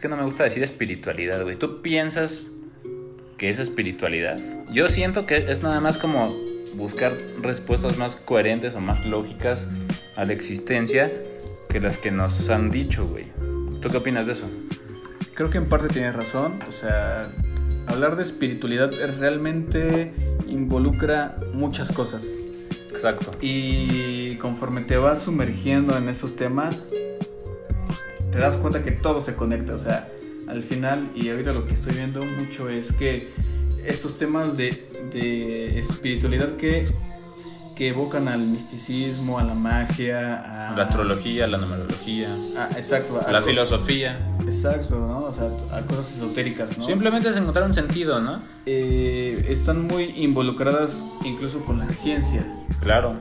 que no me gusta decir espiritualidad, güey. ¿Tú piensas que es espiritualidad? Yo siento que es nada más como buscar respuestas más coherentes o más lógicas a la existencia que las que nos han dicho, güey. ¿Tú qué opinas de eso? Creo que en parte tienes razón. O sea, hablar de espiritualidad realmente involucra muchas cosas. Exacto. Y conforme te vas sumergiendo en estos temas, te das cuenta que todo se conecta. O sea, al final, y ahorita lo que estoy viendo mucho es que estos temas de, de espiritualidad que, que evocan al misticismo, a la magia, a La astrología, la numerología, a- exacto, a la co- filosofía. Exacto, ¿no? O sea, a cosas esotéricas, ¿no? Simplemente es encontrar un sentido, ¿no? Eh, están muy involucradas incluso con la ciencia. Claro.